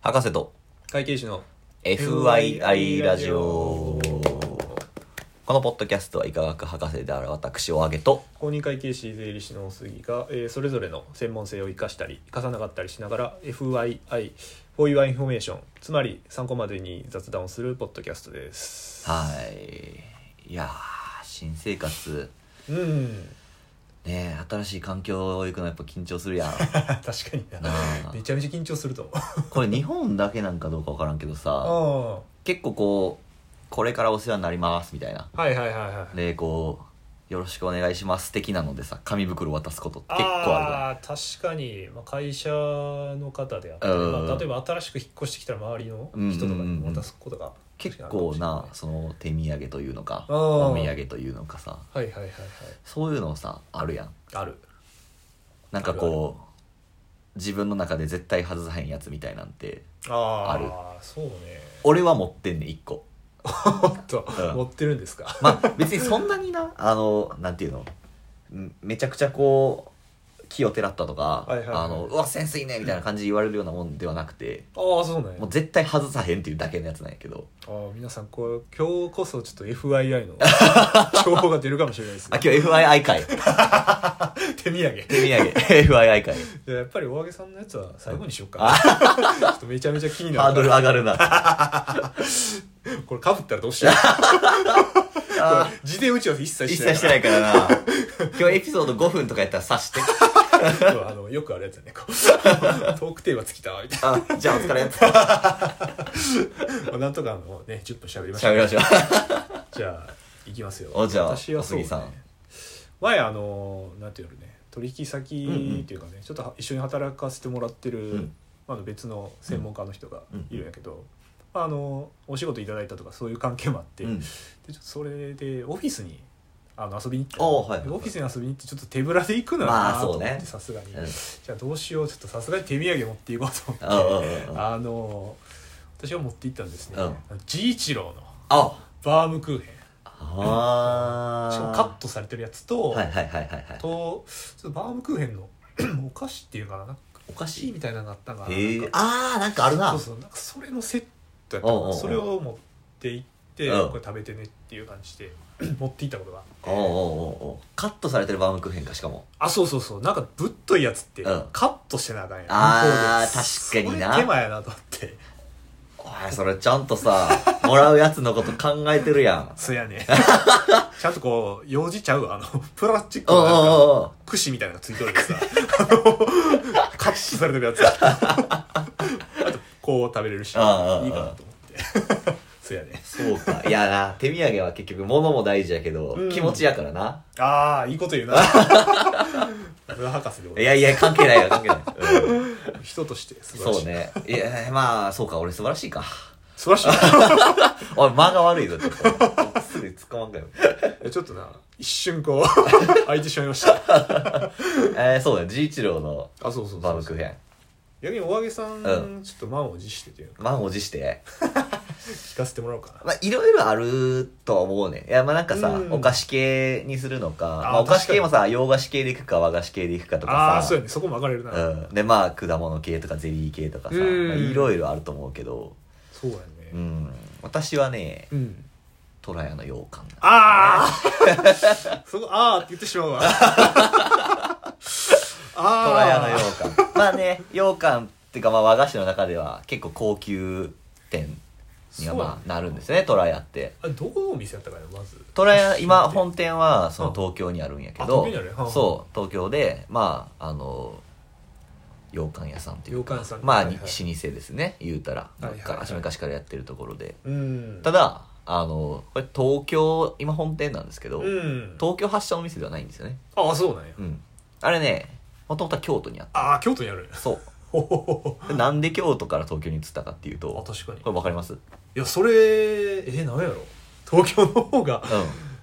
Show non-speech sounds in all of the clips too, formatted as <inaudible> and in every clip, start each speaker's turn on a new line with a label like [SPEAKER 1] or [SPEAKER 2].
[SPEAKER 1] 博士と
[SPEAKER 2] 会計士の
[SPEAKER 1] FYI ラジオこのポッドキャストは医科学博士である私おあげと
[SPEAKER 2] 公認会計士税理士の杉が、えーそれぞれの専門性を生かしたり生かさなかったりしながら FYI for your information つまり参考までに雑談をするポッドキャストです
[SPEAKER 1] はいいやー新生活 <laughs>
[SPEAKER 2] うん
[SPEAKER 1] ねえ新しい環境行くのやっぱ緊張するやん
[SPEAKER 2] あ確かにな
[SPEAKER 1] あ
[SPEAKER 2] めちゃめちゃ緊張すると思う
[SPEAKER 1] これ日本だけなんかどうか分からんけどさ
[SPEAKER 2] あ
[SPEAKER 1] 結構こうこれからお世話になりますみたいな
[SPEAKER 2] あはいはいはいはい
[SPEAKER 1] でこうよろしくお願いします的なのでさ紙袋渡すことって結構あ
[SPEAKER 2] ああー確かに、まあ、会社の方であったり、
[SPEAKER 1] うん
[SPEAKER 2] まあ、例えば新しく引っ越してきたら周りの人とかにも渡すことが
[SPEAKER 1] るやん結構な
[SPEAKER 2] 確
[SPEAKER 1] その手土産というのか
[SPEAKER 2] あー
[SPEAKER 1] お土産というのかさ
[SPEAKER 2] かにあるかもしれないはいはいはいはい
[SPEAKER 1] そういうのさあるやん
[SPEAKER 2] ある
[SPEAKER 1] なんかこう自分の中で絶対外さへんやつみたいなんて
[SPEAKER 2] あ
[SPEAKER 1] ある
[SPEAKER 2] あそうね
[SPEAKER 1] 俺は持ってんねん1個
[SPEAKER 2] おっと、
[SPEAKER 1] うん
[SPEAKER 2] 持ってるんですか
[SPEAKER 1] ま <laughs> あ別にそんなになあのなんていうのんめちゃくちゃこう気をてらったとか、
[SPEAKER 2] はいはいはい
[SPEAKER 1] あのうわセンスいいねみたいな感じで言われるようなもんではなくて
[SPEAKER 2] ああそうね
[SPEAKER 1] もう絶対外さへんっていうだけのやつなんやけど
[SPEAKER 2] あー皆さんこう今日こそちょっと
[SPEAKER 1] <laughs>
[SPEAKER 2] FII の情報が出るかもしれないです
[SPEAKER 1] あ
[SPEAKER 2] ね
[SPEAKER 1] 今日 FII 会
[SPEAKER 2] 手土
[SPEAKER 1] 手 <laughs> 土
[SPEAKER 2] 産
[SPEAKER 1] 産 FII 会
[SPEAKER 2] いややっぱりお揚げさんのやつは最後にしようか
[SPEAKER 1] あ
[SPEAKER 2] なちょっとめちゃめちゃ気に
[SPEAKER 1] ハ
[SPEAKER 2] な
[SPEAKER 1] ード
[SPEAKER 2] る
[SPEAKER 1] ル上がるな
[SPEAKER 2] これかぶったらどうしよう
[SPEAKER 1] あ
[SPEAKER 2] 事前打ち合わせ一
[SPEAKER 1] ー
[SPEAKER 2] 切
[SPEAKER 1] 一
[SPEAKER 2] しない
[SPEAKER 1] 切してないからな今日エピソード5分とかやったら察して
[SPEAKER 2] そうあのよくあるやつだねこう <laughs> トークテーマ尽きたみたい
[SPEAKER 1] <laughs> あじゃあお疲 <laughs> れ
[SPEAKER 2] な、まあ、なんとかあのね10分喋りまし
[SPEAKER 1] 喋
[SPEAKER 2] た
[SPEAKER 1] りましょう
[SPEAKER 2] じゃあ行きますよ
[SPEAKER 1] おじゃあ
[SPEAKER 2] 私はそう、ね
[SPEAKER 1] お杉さん、
[SPEAKER 2] 前あのなんていうのね取引先っていうかね、ちょっと一緒に働かせてもらってる、
[SPEAKER 1] うん
[SPEAKER 2] まあ、別の専門家の人が
[SPEAKER 1] うん
[SPEAKER 2] いるんやけど、まあ、あのお仕事いただいたとかそういう関係もあって、
[SPEAKER 1] <laughs> うん
[SPEAKER 2] でちょっとそれでオフィスにあの遊びに行って、
[SPEAKER 1] おうはいはい
[SPEAKER 2] でオフィスに遊びに行ってちょっと手ぶらで行くのよ
[SPEAKER 1] ま
[SPEAKER 2] な
[SPEAKER 1] あ
[SPEAKER 2] と
[SPEAKER 1] そう
[SPEAKER 2] 思って
[SPEAKER 1] ね
[SPEAKER 2] さすがに、
[SPEAKER 1] うん
[SPEAKER 2] じゃあどうしようちょっとさすがに手土産持っていこうと
[SPEAKER 1] あ
[SPEAKER 2] 思って、
[SPEAKER 1] うんうんうん
[SPEAKER 2] あの私は持って行ったんですね、
[SPEAKER 1] う
[SPEAKER 2] ジイチローの
[SPEAKER 1] あ
[SPEAKER 2] バームクーヘン
[SPEAKER 1] あ
[SPEAKER 2] しかもカットされてるやつと、
[SPEAKER 1] はいはいはいはいはい
[SPEAKER 2] とちょっとバームクーヘンの <clears throat> お菓子っていうかななんか
[SPEAKER 1] おか
[SPEAKER 2] お菓子
[SPEAKER 1] しい
[SPEAKER 2] みたいなのがあったが
[SPEAKER 1] へえああなんかあるな
[SPEAKER 2] そうそうなんかそれのセットやったかな
[SPEAKER 1] おうおうおう
[SPEAKER 2] それを持って行って
[SPEAKER 1] うん
[SPEAKER 2] これ食べてねっていう感じで <clears throat> 持って行ったことが
[SPEAKER 1] おうおうおうおうカットされてるバームクーヘンかしかも
[SPEAKER 2] あそうそうそうなんかぶっといやつって
[SPEAKER 1] うん
[SPEAKER 2] カットしてなあかんやん
[SPEAKER 1] あー
[SPEAKER 2] 向こう
[SPEAKER 1] 確か
[SPEAKER 2] で
[SPEAKER 1] にな
[SPEAKER 2] それ手間やなと思って
[SPEAKER 1] おいそれちゃんとさもらうやつのこと考えてるやん
[SPEAKER 2] そや
[SPEAKER 1] <laughs>
[SPEAKER 2] ねちゃんとこう用事ちゃうわあのプラスチック
[SPEAKER 1] おうお
[SPEAKER 2] のなんか
[SPEAKER 1] うおう
[SPEAKER 2] 串みたいなのがついてるやつさあのカットされてるやつあとこう食べれるしい
[SPEAKER 1] あ
[SPEAKER 2] いか
[SPEAKER 1] あああ
[SPEAKER 2] なと思ってそうやね
[SPEAKER 1] そうかいやな手土産は結局物も大事やけど、
[SPEAKER 2] うん
[SPEAKER 1] 気持ちやからな
[SPEAKER 2] ああいいこと言うな村博士でござ
[SPEAKER 1] い
[SPEAKER 2] いま
[SPEAKER 1] やいや関係ないよ関係ない、うん
[SPEAKER 2] す人として素晴らしい
[SPEAKER 1] そうねいやまあそうか俺素晴らしいか
[SPEAKER 2] 素晴らし
[SPEAKER 1] おい間が悪いぞちょっとすぐ突っ込まんかよ
[SPEAKER 2] いちょっとな一瞬こう空いてしまいました
[SPEAKER 1] えー、そうだ治一郎の
[SPEAKER 2] あそうそうそう
[SPEAKER 1] バームクーヘン
[SPEAKER 2] 逆にお揚げさん、
[SPEAKER 1] う
[SPEAKER 2] ちょっと満を持してというか
[SPEAKER 1] 満を持して
[SPEAKER 2] 聞かせてもらおうかな
[SPEAKER 1] まあいろいろあるとは思うねいやまあなんかさ、
[SPEAKER 2] うん
[SPEAKER 1] お菓子系にするのかまあ、
[SPEAKER 2] あー
[SPEAKER 1] お菓子系もさ洋菓子系でいくか和菓子系でいくかとかさ
[SPEAKER 2] ああそうやねそこも分かれるな、
[SPEAKER 1] うん、でまあ果物系とかゼリー系とかさ、
[SPEAKER 2] うん
[SPEAKER 1] まあいろいろあると思うけど、
[SPEAKER 2] そうや
[SPEAKER 1] う
[SPEAKER 2] ね
[SPEAKER 1] ん、私はね
[SPEAKER 2] うん、
[SPEAKER 1] 虎屋の羊羹
[SPEAKER 2] ああそこああって言ってしまうわああ
[SPEAKER 1] 虎屋の羊羹 <laughs> まあね羊羹っていうかまあ和菓子の中では結構高級店には
[SPEAKER 2] そう
[SPEAKER 1] まあなるんですね虎屋って
[SPEAKER 2] あどこのお店やったかなまず
[SPEAKER 1] 虎屋今本
[SPEAKER 2] 店
[SPEAKER 1] 店はその
[SPEAKER 2] うん
[SPEAKER 1] 東京にあるんやけ
[SPEAKER 2] あ
[SPEAKER 1] ど
[SPEAKER 2] 東京にあるはあはあ
[SPEAKER 1] そう東京でまああの羊羹屋さんっていう
[SPEAKER 2] 羊羹屋さん
[SPEAKER 1] まあ
[SPEAKER 2] はいはい
[SPEAKER 1] に老舗ですね言うたら
[SPEAKER 2] いはいはい
[SPEAKER 1] 昔昔からやってるところで
[SPEAKER 2] うん
[SPEAKER 1] ただあのこれ東京今本店なんですけど、
[SPEAKER 2] うん
[SPEAKER 1] 東京発祥の店ではないんですよね
[SPEAKER 2] ああそうなんや、
[SPEAKER 1] うんあれねもともとは京都にあっ
[SPEAKER 2] ああ京 <laughs> 都にある
[SPEAKER 1] たそう
[SPEAKER 2] ほほほほ
[SPEAKER 1] でなんで京都から東京に移ったかっていう
[SPEAKER 2] あ
[SPEAKER 1] と
[SPEAKER 2] <laughs> 確かに
[SPEAKER 1] これわかりますうん
[SPEAKER 2] いやそれえー、何やろ東京の方が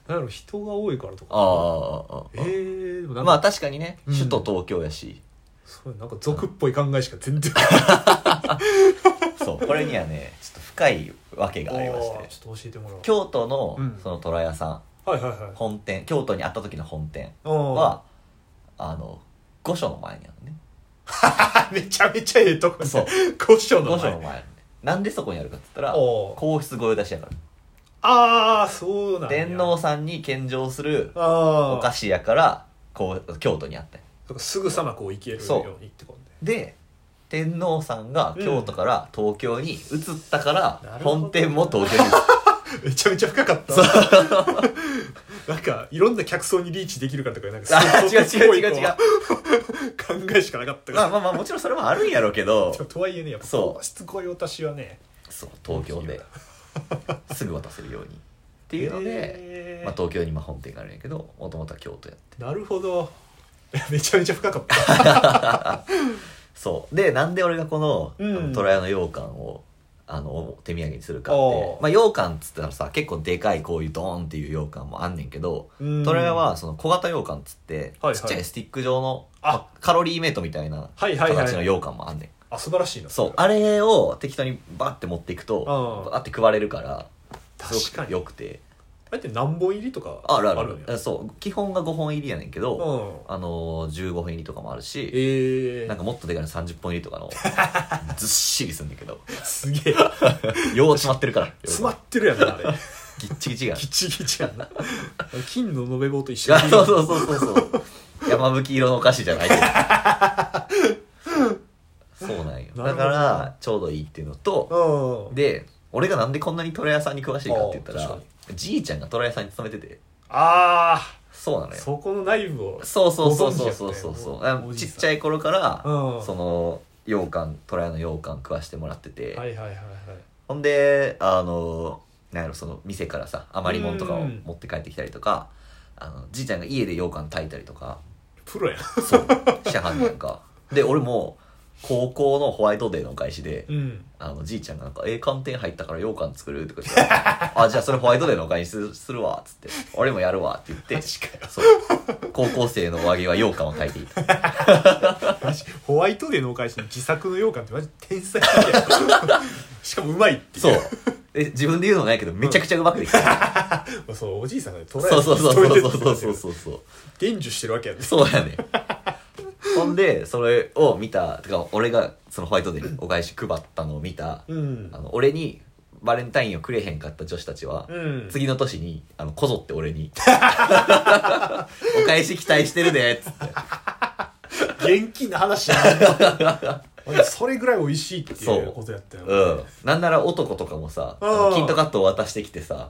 [SPEAKER 2] 何やろ人が多いからとか
[SPEAKER 1] ああああ
[SPEAKER 2] えー、で
[SPEAKER 1] あ
[SPEAKER 2] もなんか、
[SPEAKER 1] まあ確かにね
[SPEAKER 2] うん
[SPEAKER 1] 首都東京やし、
[SPEAKER 2] そうなんか俗っぽい考えしか全然
[SPEAKER 1] そうこれにはねちょっと深いわけがありまし
[SPEAKER 2] あー
[SPEAKER 1] て
[SPEAKER 2] ちょっと教えてもらおう
[SPEAKER 1] 京都の
[SPEAKER 2] うん
[SPEAKER 1] その虎屋さ
[SPEAKER 2] はいはいはい
[SPEAKER 1] ん本店京都にあった時の本店
[SPEAKER 2] あー
[SPEAKER 1] はあの御所の前にあるね
[SPEAKER 2] <laughs> めちゃめちゃええとこ
[SPEAKER 1] そう
[SPEAKER 2] 古書の
[SPEAKER 1] 御所
[SPEAKER 2] 前
[SPEAKER 1] の前なんでそこにあるかって言ったら
[SPEAKER 2] おう
[SPEAKER 1] 皇室御用達やか
[SPEAKER 2] ああそうなん
[SPEAKER 1] ら
[SPEAKER 2] や
[SPEAKER 1] 天皇さんに献上する
[SPEAKER 2] あ
[SPEAKER 1] お菓
[SPEAKER 2] あ
[SPEAKER 1] 子やからこう京都にあって
[SPEAKER 2] すぐさまこう行けるようにってことね
[SPEAKER 1] で天皇さんが京都から東京に移ったから、
[SPEAKER 2] うんなるほど
[SPEAKER 1] 本店も東京に移っ
[SPEAKER 2] <laughs> めちゃめちゃ深かった <laughs> なんかいろんな客層にリーチできるかとかなんか
[SPEAKER 1] たあ違う違う違う違う
[SPEAKER 2] 考えしかなかったか
[SPEAKER 1] ま
[SPEAKER 2] ら、
[SPEAKER 1] あまあまあもちろんそれもあるんやろうけど
[SPEAKER 2] とはいえねやっぱ
[SPEAKER 1] そう
[SPEAKER 2] 皇室御用達はね
[SPEAKER 1] そう東京
[SPEAKER 2] <laughs>
[SPEAKER 1] ですぐ渡せるようにっていうので、
[SPEAKER 2] へー
[SPEAKER 1] まあ、東京に今本店があるんやけどもともとは京都やって
[SPEAKER 2] なるほど <laughs> めちゃめちゃ深かった
[SPEAKER 1] そうでなんで俺がこの
[SPEAKER 2] うん
[SPEAKER 1] あの虎屋、の羊羹をあの手土産にするかっ
[SPEAKER 2] お
[SPEAKER 1] て
[SPEAKER 2] う
[SPEAKER 1] まあ、羊羹っつったらさ結構でかいこういうドーンっていう羊羹もあんねんけど
[SPEAKER 2] <laughs> うん
[SPEAKER 1] 虎屋はその小型羊羹っつって、
[SPEAKER 2] はいはい
[SPEAKER 1] ちっちゃいスティック状の
[SPEAKER 2] あ
[SPEAKER 1] カロリーメイトみたいな
[SPEAKER 2] はいはいはい
[SPEAKER 1] 形の羊羹もあんねん、
[SPEAKER 2] あ素晴らしいな
[SPEAKER 1] そうあれを適当にバッて持っていくと
[SPEAKER 2] うん
[SPEAKER 1] バッて食われるから
[SPEAKER 2] 確かに
[SPEAKER 1] よくて
[SPEAKER 2] あれって何本入りとか
[SPEAKER 1] あるある
[SPEAKER 2] あるんや
[SPEAKER 1] そう基本が5本入りやねんけど、
[SPEAKER 2] うん
[SPEAKER 1] あのー、15本入りとかもあるし
[SPEAKER 2] ええ
[SPEAKER 1] なんかもっとでかいの30本入りとかの <laughs> ずっしりすんだけど
[SPEAKER 2] <laughs> すげえ
[SPEAKER 1] よう詰まってるから
[SPEAKER 2] <laughs> 詰まってるやんなあれ <laughs>
[SPEAKER 1] ギッチギチが
[SPEAKER 2] ギチギチやんな金の延べ棒と一緒
[SPEAKER 1] あ
[SPEAKER 2] に
[SPEAKER 1] <laughs> そうそうそうそうそう山吹色のお菓子じゃないけど <laughs> そうなんよ
[SPEAKER 2] なるほど
[SPEAKER 1] だからちょうどいいっていうのと
[SPEAKER 2] うん
[SPEAKER 1] で俺がなんでこんなに虎屋さんに詳しいかって言った
[SPEAKER 2] あ
[SPEAKER 1] ら
[SPEAKER 2] ー確
[SPEAKER 1] じいちゃんが虎屋さんに勤めてて
[SPEAKER 2] あ
[SPEAKER 1] そうな
[SPEAKER 2] あ
[SPEAKER 1] のよ
[SPEAKER 2] そこの内部を
[SPEAKER 1] そうそうそうそうそうそう
[SPEAKER 2] ご存知やったよ
[SPEAKER 1] あ
[SPEAKER 2] お
[SPEAKER 1] ち
[SPEAKER 2] じ
[SPEAKER 1] っ
[SPEAKER 2] さん
[SPEAKER 1] ちゃい頃から、
[SPEAKER 2] うん
[SPEAKER 1] その羊羹虎屋の羊羹食わしてもらってて、
[SPEAKER 2] はいはいはいはい
[SPEAKER 1] ほんであのなんやろその店からさ余り物とかを
[SPEAKER 2] うん
[SPEAKER 1] 持って帰ってきたりとかあのじいちゃんが家で羊羹炊いたりとか
[SPEAKER 2] プロやん
[SPEAKER 1] そう <laughs> してはんねやんかで俺も高校のホワイトデーのお返しで、
[SPEAKER 2] うん
[SPEAKER 1] あのじいちゃんがなんか「えー、寒天入ったから羊羹作る」とか言って「あじゃあそれホワイトデーのお返しするするわ」っつって「俺もやるわ」って言って
[SPEAKER 2] 確か
[SPEAKER 1] そう高校生の和毛は羊羹を炊いていた
[SPEAKER 2] にマジホワイトデーのお返しに自作の羊羹ってマジ天才的やん <laughs> しかもうまいってい
[SPEAKER 1] そ
[SPEAKER 2] う
[SPEAKER 1] う。 <laughs> え、自分で言うのもないけど、めちゃくちゃうまくできた。
[SPEAKER 2] まあそうおじいさんがね捉え
[SPEAKER 1] そうそうそうそうそうそう
[SPEAKER 2] う
[SPEAKER 1] そうそう。
[SPEAKER 2] 伝授してるわけやね
[SPEAKER 1] そうやね。ほんで、それを見た、てか、俺がそのホワイトデーにお返し配ったのを見た、
[SPEAKER 2] うん
[SPEAKER 1] あの、俺にバレンタインをくれへんかった女子たちは、
[SPEAKER 2] うん
[SPEAKER 1] 次の年に、あの、こぞって俺に、お返し期待してるで、つって。
[SPEAKER 2] <laughs> 現金な
[SPEAKER 1] <laughs>
[SPEAKER 2] 話やなそれぐらい美味しいっていうことやったよね
[SPEAKER 1] うん。なんなら男とかもさ、あ
[SPEAKER 2] う
[SPEAKER 1] の
[SPEAKER 2] ん
[SPEAKER 1] キットカットを渡してきてさ、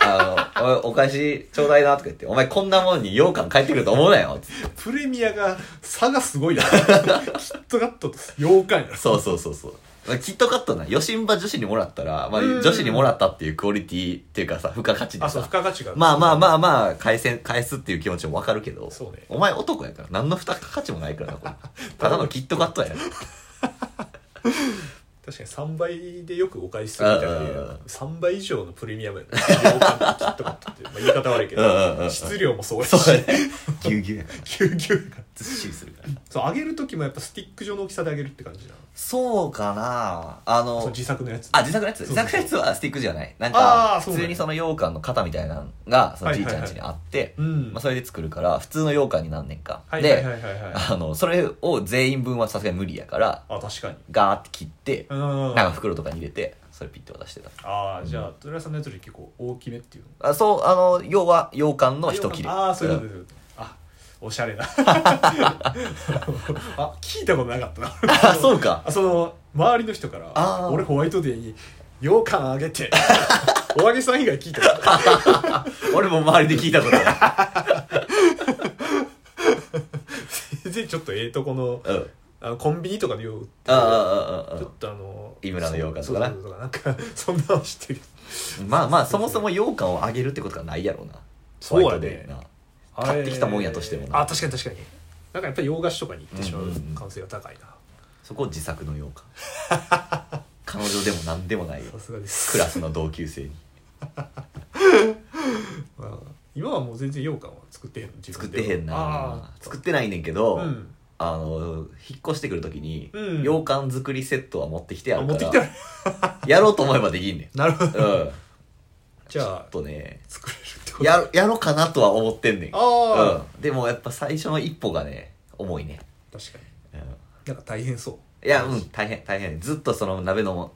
[SPEAKER 1] あの、おお返しちょうだいなとか言って、お前こんなもんに羊羹返ってくると思うなよ、つって。
[SPEAKER 2] プレミアが差がす
[SPEAKER 1] <laughs>
[SPEAKER 2] ごいなキットカットと羊羹やな
[SPEAKER 1] そうそうそうそう。まあキットカットな、ヨシンバ女子にもらったら、まあ、
[SPEAKER 2] うん
[SPEAKER 1] 女子にもらったっていうクオリティっていうかさ、付加価値で
[SPEAKER 2] あそう
[SPEAKER 1] さ
[SPEAKER 2] 付、加価値が
[SPEAKER 1] まあまあ
[SPEAKER 2] あ
[SPEAKER 1] まあまあ、返せ、返すっていう気持ちもわかるけど、
[SPEAKER 2] そうね
[SPEAKER 1] お前男やから、何の付加価値もないから
[SPEAKER 2] <laughs>
[SPEAKER 1] な、これ。ただのキットカットやな。
[SPEAKER 2] 確かに3倍でよくお返しするみたいな
[SPEAKER 1] うんうんうん
[SPEAKER 2] 3倍以上のプレミアムやな羊羹とキットカットって、まあ、言い方悪いけ
[SPEAKER 1] うんうんうんう
[SPEAKER 2] ど
[SPEAKER 1] ん
[SPEAKER 2] 質量もそうやし
[SPEAKER 1] そうや
[SPEAKER 2] <laughs>
[SPEAKER 1] ね。ぎゅうぎゅうやから。
[SPEAKER 2] ぎゅうぎゅうやから
[SPEAKER 1] ずっしりするから。
[SPEAKER 2] そう揚げる時もやっぱスティック状の大きさで揚げるって感じな
[SPEAKER 1] そうかなあ
[SPEAKER 2] その
[SPEAKER 1] の、
[SPEAKER 2] 自作のやつ
[SPEAKER 1] あ、自作のやつ
[SPEAKER 2] そう
[SPEAKER 1] 自
[SPEAKER 2] そう
[SPEAKER 1] 作のやつはスティックじゃない。なん
[SPEAKER 2] あ
[SPEAKER 1] か、
[SPEAKER 2] ーそう
[SPEAKER 1] 普
[SPEAKER 2] なんや
[SPEAKER 1] 通にその羊羹の型みたいなのが、そのじいちゃん家にあって、
[SPEAKER 2] うん
[SPEAKER 1] まあそれで作るから、普通の羊羹になんねんか。
[SPEAKER 2] はいはい
[SPEAKER 1] で
[SPEAKER 2] は、いはいはい
[SPEAKER 1] あの、それを全員分はさすがに無理やから、
[SPEAKER 2] あ確かに
[SPEAKER 1] ガーって切って、
[SPEAKER 2] う
[SPEAKER 1] なん
[SPEAKER 2] ん
[SPEAKER 1] か袋とかに入れて、それピッて渡してた。
[SPEAKER 2] ああじゃあトラさんのやつより結構大きめっていう
[SPEAKER 1] あそう、あの、要は羊羹の一切れ。
[SPEAKER 2] ああそういうこと
[SPEAKER 1] ん
[SPEAKER 2] です、あおし
[SPEAKER 1] <laughs>
[SPEAKER 2] ゃれな <laughs> あ聞いたことなかったな
[SPEAKER 1] <laughs> あ、そうか。
[SPEAKER 2] あその周りの人から
[SPEAKER 1] あー
[SPEAKER 2] 俺ホワイトデーに羊羹あ
[SPEAKER 1] <laughs>
[SPEAKER 2] げてお揚げさん以外聞いたことない
[SPEAKER 1] 俺も周りで聞いたことあ
[SPEAKER 2] 全然ちょっとええとこの <laughs>
[SPEAKER 1] る。うん。
[SPEAKER 2] あのコンビニとかでよう売って
[SPEAKER 1] あ
[SPEAKER 2] る
[SPEAKER 1] あ、ああ、あ
[SPEAKER 2] ちょっとあの
[SPEAKER 1] 井村の羊羹とかな
[SPEAKER 2] そうそうそうなんかそんなの知ってる
[SPEAKER 1] あ。まあまあ、そもそも羊羹をあげるってことがないやろうな。
[SPEAKER 2] そうやね
[SPEAKER 1] ホワイトデーな。 <laughs> 買ってきたもんやとしてもな
[SPEAKER 2] あ確かに確かになんかやっぱり洋菓子とかに行ってしまう可能性が高いな、
[SPEAKER 1] そこを自作の羊羹。
[SPEAKER 2] <laughs>
[SPEAKER 1] 彼女でも何でもないよ。
[SPEAKER 2] さすがです
[SPEAKER 1] クラスの同級生に。
[SPEAKER 2] まあ今はもう全然羊羹は作ってへんの自
[SPEAKER 1] 作っ
[SPEAKER 2] 分
[SPEAKER 1] てへん
[SPEAKER 2] あ
[SPEAKER 1] な
[SPEAKER 2] ー
[SPEAKER 1] 作ってないねんけど、
[SPEAKER 2] うん
[SPEAKER 1] あの引っ越してくるときに、
[SPEAKER 2] うん
[SPEAKER 1] 羊羹作りセットは持ってきてや
[SPEAKER 2] あ
[SPEAKER 1] る
[SPEAKER 2] 持
[SPEAKER 1] か
[SPEAKER 2] ってきた
[SPEAKER 1] ら
[SPEAKER 2] ら
[SPEAKER 1] やろうと思えばできんねん
[SPEAKER 2] <laughs> なるほど
[SPEAKER 1] うん
[SPEAKER 2] じゃあ
[SPEAKER 1] と
[SPEAKER 2] <laughs>
[SPEAKER 1] ね
[SPEAKER 2] 作れるってこと
[SPEAKER 1] ややろうかなとは思ってんねん、
[SPEAKER 2] ああ、
[SPEAKER 1] うん、でもやっぱ最初の一歩がね重いね、
[SPEAKER 2] 確かに
[SPEAKER 1] うん
[SPEAKER 2] なんか大変そう
[SPEAKER 1] いやうん大変大変ずっとその鍋の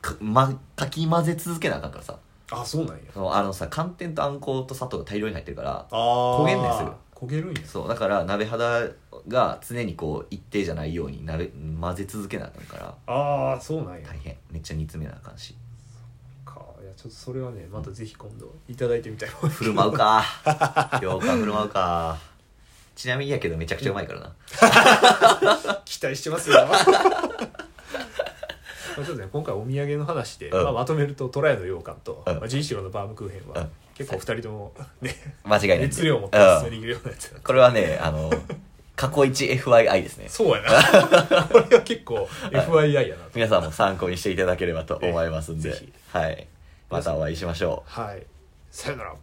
[SPEAKER 1] か,、ま、かき混ぜ続けなあかんからさ
[SPEAKER 2] あそうなんや
[SPEAKER 1] そのあのさ寒天とあんこと砂糖が大量に入ってるから
[SPEAKER 2] あー
[SPEAKER 1] 焦げんねんすぐ
[SPEAKER 2] 焦げるんや
[SPEAKER 1] そうだから鍋肌が常にこう一定じゃないように鍋混ぜ続けなあかんから
[SPEAKER 2] ああそうなんや
[SPEAKER 1] 大変めっちゃ煮詰めなあかんし
[SPEAKER 2] かいやちょっとそれはねまたぜひ今度いただいてみたいもん
[SPEAKER 1] 振る舞う
[SPEAKER 2] <laughs>
[SPEAKER 1] かようか振る舞うかちなみにやけどめちゃくちゃうまいからな
[SPEAKER 2] 期待してますよまあちょっとね、今回お土産の話で、
[SPEAKER 1] うん
[SPEAKER 2] まあ、まとめるとトライの羊羹と、
[SPEAKER 1] うん
[SPEAKER 2] まあ、ジンシローのバームクーヘンは、
[SPEAKER 1] うん
[SPEAKER 2] 結構二人とも、ね、
[SPEAKER 1] 間違いない
[SPEAKER 2] 熱量を持って
[SPEAKER 1] うん
[SPEAKER 2] 進めていけるようなやつだ
[SPEAKER 1] これはねあの過去一 FYI ですね
[SPEAKER 2] そうやなこれは結構 FII やなと
[SPEAKER 1] 皆さんも参考にしていただければと思いますんで
[SPEAKER 2] ええぜひ
[SPEAKER 1] はいまたお会いしましょう
[SPEAKER 2] はいさよなら